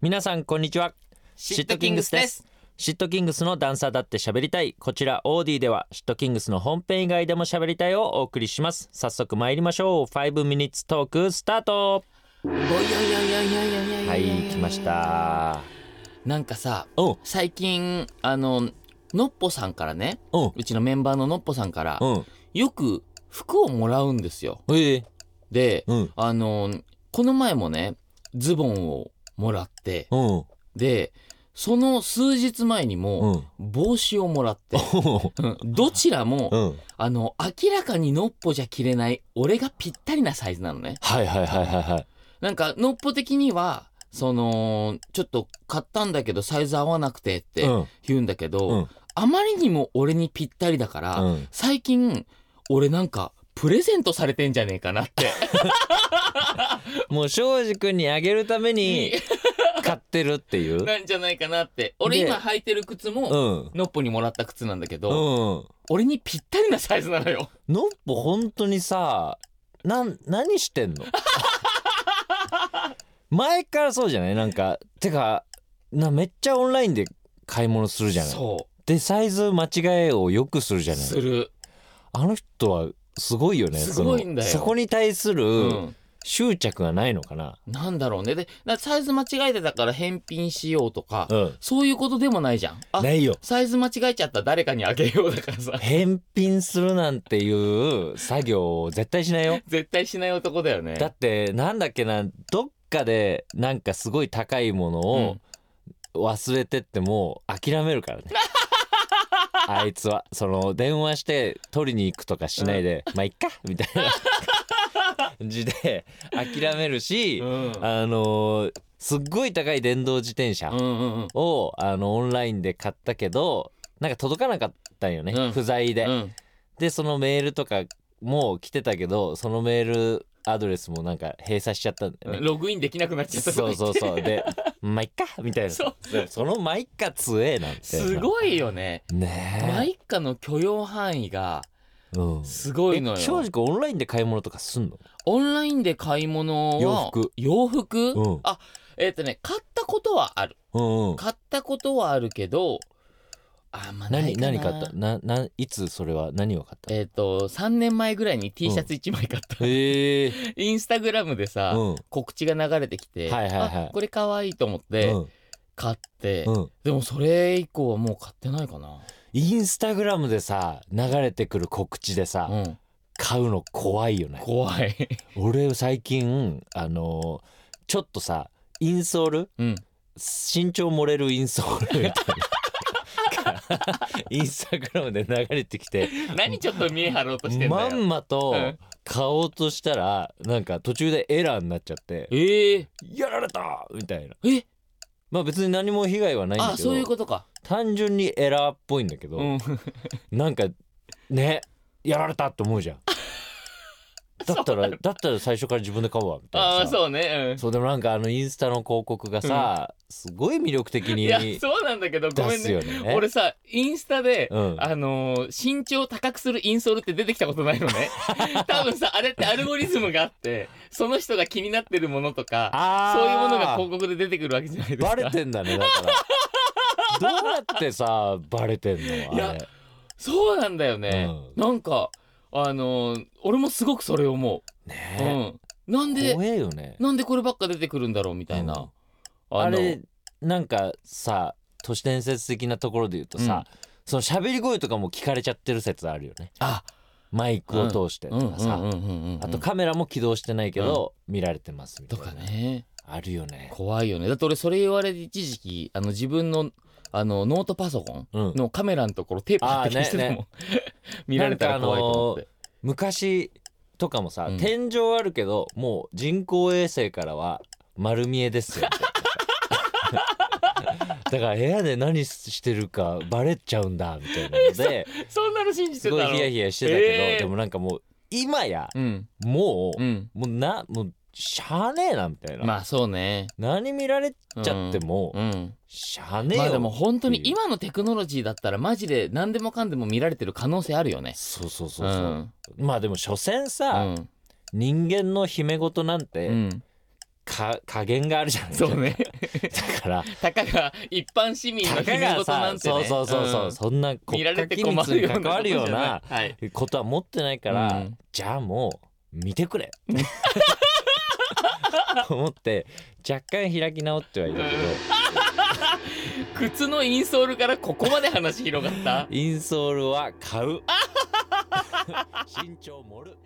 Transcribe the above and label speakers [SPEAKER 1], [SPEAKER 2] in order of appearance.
[SPEAKER 1] 皆さんこんにちは
[SPEAKER 2] シットキングスです
[SPEAKER 1] シットキングスのダンサーだって喋りたいこちらオーディではシットキングスの本編以外でも喋りたいをお送りします早速参りましょう5 minutes トークスタート
[SPEAKER 2] おいおいおいおいおいおいおいおいおいおい
[SPEAKER 1] はい来ました
[SPEAKER 2] なんかさ
[SPEAKER 1] おう
[SPEAKER 2] 最近あののっぽさんからね
[SPEAKER 1] おう
[SPEAKER 2] うちのメンバーののっぽさんから
[SPEAKER 1] うん
[SPEAKER 2] よく服をもらうんですよ
[SPEAKER 1] ええ
[SPEAKER 2] で
[SPEAKER 1] うん
[SPEAKER 2] あのこの前もねズボンをもらって
[SPEAKER 1] うん
[SPEAKER 2] でその数日前に
[SPEAKER 1] う
[SPEAKER 2] も
[SPEAKER 1] ん
[SPEAKER 2] 帽子をもらって
[SPEAKER 1] お
[SPEAKER 2] うんどちら
[SPEAKER 1] う
[SPEAKER 2] も
[SPEAKER 1] うん
[SPEAKER 2] あの明らかにのっぽじゃ着れない俺がぴったりなサイズなのね
[SPEAKER 1] はいはいはいはいはい
[SPEAKER 2] なんか、のっぽ的には、その、ちょっと買ったんだけどサイズ合わなくてって
[SPEAKER 1] うん
[SPEAKER 2] 言うんだけど、
[SPEAKER 1] うん
[SPEAKER 2] あまりにも俺にぴったりだから、
[SPEAKER 1] うん
[SPEAKER 2] 最近、俺なんか、プレゼントされてんじゃねえかなって。
[SPEAKER 1] もう庄司君にあげるために買ってるっていう
[SPEAKER 2] なんじゃないかなって。俺
[SPEAKER 1] で
[SPEAKER 2] 今履いてる靴
[SPEAKER 1] う
[SPEAKER 2] も、
[SPEAKER 1] ん
[SPEAKER 2] のっぽにもらった靴なんだけ
[SPEAKER 1] う
[SPEAKER 2] ど、
[SPEAKER 1] ん
[SPEAKER 2] 俺にぴったりなサイズなのよ。
[SPEAKER 1] のっぽ本当にさなん何して んの前からそうじゃないなんかてかなめっちゃオンラインで買い物するじゃない
[SPEAKER 2] そ
[SPEAKER 1] でサイズ間違えをよくするじ
[SPEAKER 2] う。
[SPEAKER 1] ゃない
[SPEAKER 2] する。
[SPEAKER 1] あの人はすごいよね
[SPEAKER 2] すごいんだよ
[SPEAKER 1] そのそこに対す
[SPEAKER 2] う
[SPEAKER 1] る
[SPEAKER 2] ん。
[SPEAKER 1] 執着がないのかな
[SPEAKER 2] なんだろうね。で、なサイズ間違えてたから返品しようとか、
[SPEAKER 1] うん、
[SPEAKER 2] そういうことでもないじゃん。あ、
[SPEAKER 1] ないよ
[SPEAKER 2] サイズ間違えちゃった誰かにあげようだからさ
[SPEAKER 1] 返品するなんていう作業を絶対しないよ
[SPEAKER 2] 絶対しない男だよね
[SPEAKER 1] だってなんだっけなどっかでなんかすごい高いもの
[SPEAKER 2] う
[SPEAKER 1] を
[SPEAKER 2] ん
[SPEAKER 1] 忘れてってもう諦める からねあいつはその電話して取りに行くとかしないで、まあいっかみたい な感じで諦めるし、
[SPEAKER 2] うん
[SPEAKER 1] あのーすっごい高い電動自転車
[SPEAKER 2] うんうんうん
[SPEAKER 1] を、あのオンラインで買ったけどなんか届かなかったんよね、
[SPEAKER 2] うん
[SPEAKER 1] 不在で。
[SPEAKER 2] うん
[SPEAKER 1] でそのメールとかも来てたけどそのメールアドレスもなんか閉鎖しちゃったんだよね。
[SPEAKER 2] ログインできなくなっちゃった
[SPEAKER 1] そうそうそう で「まあいっか」みたいな
[SPEAKER 2] そう
[SPEAKER 1] その「まあいっか」強えなんて
[SPEAKER 2] すごいよね
[SPEAKER 1] ねえ、
[SPEAKER 2] マイカの許容範囲が
[SPEAKER 1] うん、
[SPEAKER 2] すごいの
[SPEAKER 1] え庄
[SPEAKER 2] よ
[SPEAKER 1] 司君オンラインで買い物とかすんの
[SPEAKER 2] オンラインで買い物は
[SPEAKER 1] 洋服
[SPEAKER 2] 洋服
[SPEAKER 1] うん
[SPEAKER 2] あえっとね買ったことはある
[SPEAKER 1] うん、うん、
[SPEAKER 2] 買ったことはあるけどあんまな
[SPEAKER 1] 何
[SPEAKER 2] いかな
[SPEAKER 1] 何買ったなないつそれは何を買った
[SPEAKER 2] えっと3年前ぐらいに T シャツ1枚買った
[SPEAKER 1] ええ
[SPEAKER 2] インスタグラムでさ
[SPEAKER 1] うん
[SPEAKER 2] 告知が流れてきて、
[SPEAKER 1] はいはいはい
[SPEAKER 2] あこれ可愛いと思っ
[SPEAKER 1] う
[SPEAKER 2] て
[SPEAKER 1] ん
[SPEAKER 2] 買って、
[SPEAKER 1] うん、
[SPEAKER 2] でもそれ以降はもう買ってないかな、
[SPEAKER 1] インスタグラムでさ流れてくる告知でさ、
[SPEAKER 2] うん、
[SPEAKER 1] 買うの怖いよね
[SPEAKER 2] 怖い、
[SPEAKER 1] 俺最近あのーちょっとさインソール
[SPEAKER 2] うん、
[SPEAKER 1] 身長漏れるインソールみたい なインスタグラムで流れてきて
[SPEAKER 2] 何ちょっと見え張ろうとしてんだ
[SPEAKER 1] ま
[SPEAKER 2] よ、
[SPEAKER 1] んまと
[SPEAKER 2] うん
[SPEAKER 1] 買おうとしたらなんか途中でエラーになっちゃって
[SPEAKER 2] ええ
[SPEAKER 1] 「やられた!」みたいな
[SPEAKER 2] え
[SPEAKER 1] まあ別に何も被害はないんだ
[SPEAKER 2] あ
[SPEAKER 1] け
[SPEAKER 2] そういう
[SPEAKER 1] ど
[SPEAKER 2] ことか、
[SPEAKER 1] 単純にエラーっぽいんだけ
[SPEAKER 2] う
[SPEAKER 1] ど
[SPEAKER 2] ん、
[SPEAKER 1] なんかねやられたって思う じゃん。だったらだったら最初から自分で買うわみたいな
[SPEAKER 2] あ
[SPEAKER 1] さ
[SPEAKER 2] あそうね、
[SPEAKER 1] そうでもなんかあのインスタの広告がさ、すごい魅力的
[SPEAKER 2] うん、
[SPEAKER 1] に
[SPEAKER 2] いやそうなんだけどご
[SPEAKER 1] 出
[SPEAKER 2] めん
[SPEAKER 1] す
[SPEAKER 2] ね
[SPEAKER 1] よね。
[SPEAKER 2] 俺さインスタで、
[SPEAKER 1] うん
[SPEAKER 2] あのー身長高くするインソールって出てきたことないの ね多分さあれってアルゴリズムがあってその人が気になってるものとか
[SPEAKER 1] あー
[SPEAKER 2] そういうものが広告で出てくるわけじゃないですか。
[SPEAKER 1] バレてんだねだから。どうやってさバレてんのあれ。
[SPEAKER 2] そうなんだよね。
[SPEAKER 1] う
[SPEAKER 2] なんか、あのー俺もすごくそれ思う。
[SPEAKER 1] ね
[SPEAKER 2] うん。なんで、
[SPEAKER 1] 怖えよね。
[SPEAKER 2] なんでこればっか出てくるんだろうみたいな。
[SPEAKER 1] うん
[SPEAKER 2] の
[SPEAKER 1] あれなんかさ都市伝説的なところで言うとさ、その喋り声とかも聞かれちゃってる説あるよね。
[SPEAKER 2] あ、
[SPEAKER 1] マイクを通して
[SPEAKER 2] うん
[SPEAKER 1] と
[SPEAKER 2] うん
[SPEAKER 1] か
[SPEAKER 2] うん
[SPEAKER 1] さ、
[SPEAKER 2] うんうんうん。
[SPEAKER 1] あとカメラも起動してないけど、見られてますみた
[SPEAKER 2] と
[SPEAKER 1] いな。
[SPEAKER 2] かね。
[SPEAKER 1] あるよね。
[SPEAKER 2] 怖いよね。だって俺それ言われて一時期、あの自分の、あのノートパソコン
[SPEAKER 1] うん。
[SPEAKER 2] のカメラのところテープ貼ってきしてたもん。
[SPEAKER 1] あー
[SPEAKER 2] 見られたら怖いと思って。
[SPEAKER 1] 昔とかもさ、
[SPEAKER 2] うん
[SPEAKER 1] 天井あるけどもう人工衛星からは丸見えですよ みたいなだから部屋で何してるかバレちゃうんだみたいなので
[SPEAKER 2] そんなの信じ
[SPEAKER 1] す
[SPEAKER 2] てた
[SPEAKER 1] ごい
[SPEAKER 2] の
[SPEAKER 1] ヒヤヒヤしてたけど、
[SPEAKER 2] えー
[SPEAKER 1] でもなんかもう今や
[SPEAKER 2] うん。
[SPEAKER 1] もう、
[SPEAKER 2] うん。
[SPEAKER 1] もうなもうしゃあねえなみたいな、
[SPEAKER 2] まあそうね。
[SPEAKER 1] 何見られちゃっても、
[SPEAKER 2] うん。
[SPEAKER 1] しゃあねえよ、
[SPEAKER 2] まあでも本当に
[SPEAKER 1] っていう
[SPEAKER 2] 今のテクノロジーだったらマジで何でもかんでも見られてる可能性あるよね。
[SPEAKER 1] そうそうそうそう、まあでも所詮
[SPEAKER 2] う
[SPEAKER 1] さ、
[SPEAKER 2] ん。
[SPEAKER 1] 人間の秘め事なん
[SPEAKER 2] う
[SPEAKER 1] て、
[SPEAKER 2] ん。
[SPEAKER 1] か加減があるじゃないです
[SPEAKER 2] そ
[SPEAKER 1] か、
[SPEAKER 2] うね
[SPEAKER 1] だから
[SPEAKER 2] たかが一般市民の
[SPEAKER 1] た
[SPEAKER 2] 秘
[SPEAKER 1] か
[SPEAKER 2] 密
[SPEAKER 1] が
[SPEAKER 2] 事な
[SPEAKER 1] さ
[SPEAKER 2] んて
[SPEAKER 1] そう
[SPEAKER 2] ね
[SPEAKER 1] そうそうそう、
[SPEAKER 2] ん
[SPEAKER 1] そんな
[SPEAKER 2] 見
[SPEAKER 1] 国
[SPEAKER 2] ら
[SPEAKER 1] 家
[SPEAKER 2] れて
[SPEAKER 1] 機
[SPEAKER 2] 困
[SPEAKER 1] 密
[SPEAKER 2] る
[SPEAKER 1] に
[SPEAKER 2] ような
[SPEAKER 1] 関わるような
[SPEAKER 2] ことじゃないはい
[SPEAKER 1] ことは持ってないから、
[SPEAKER 2] うん
[SPEAKER 1] じゃあもう見て くれと思って若干開き直ってはいるけど、
[SPEAKER 2] 靴のインソールからここまで話広がった
[SPEAKER 1] インソールは買う身長盛る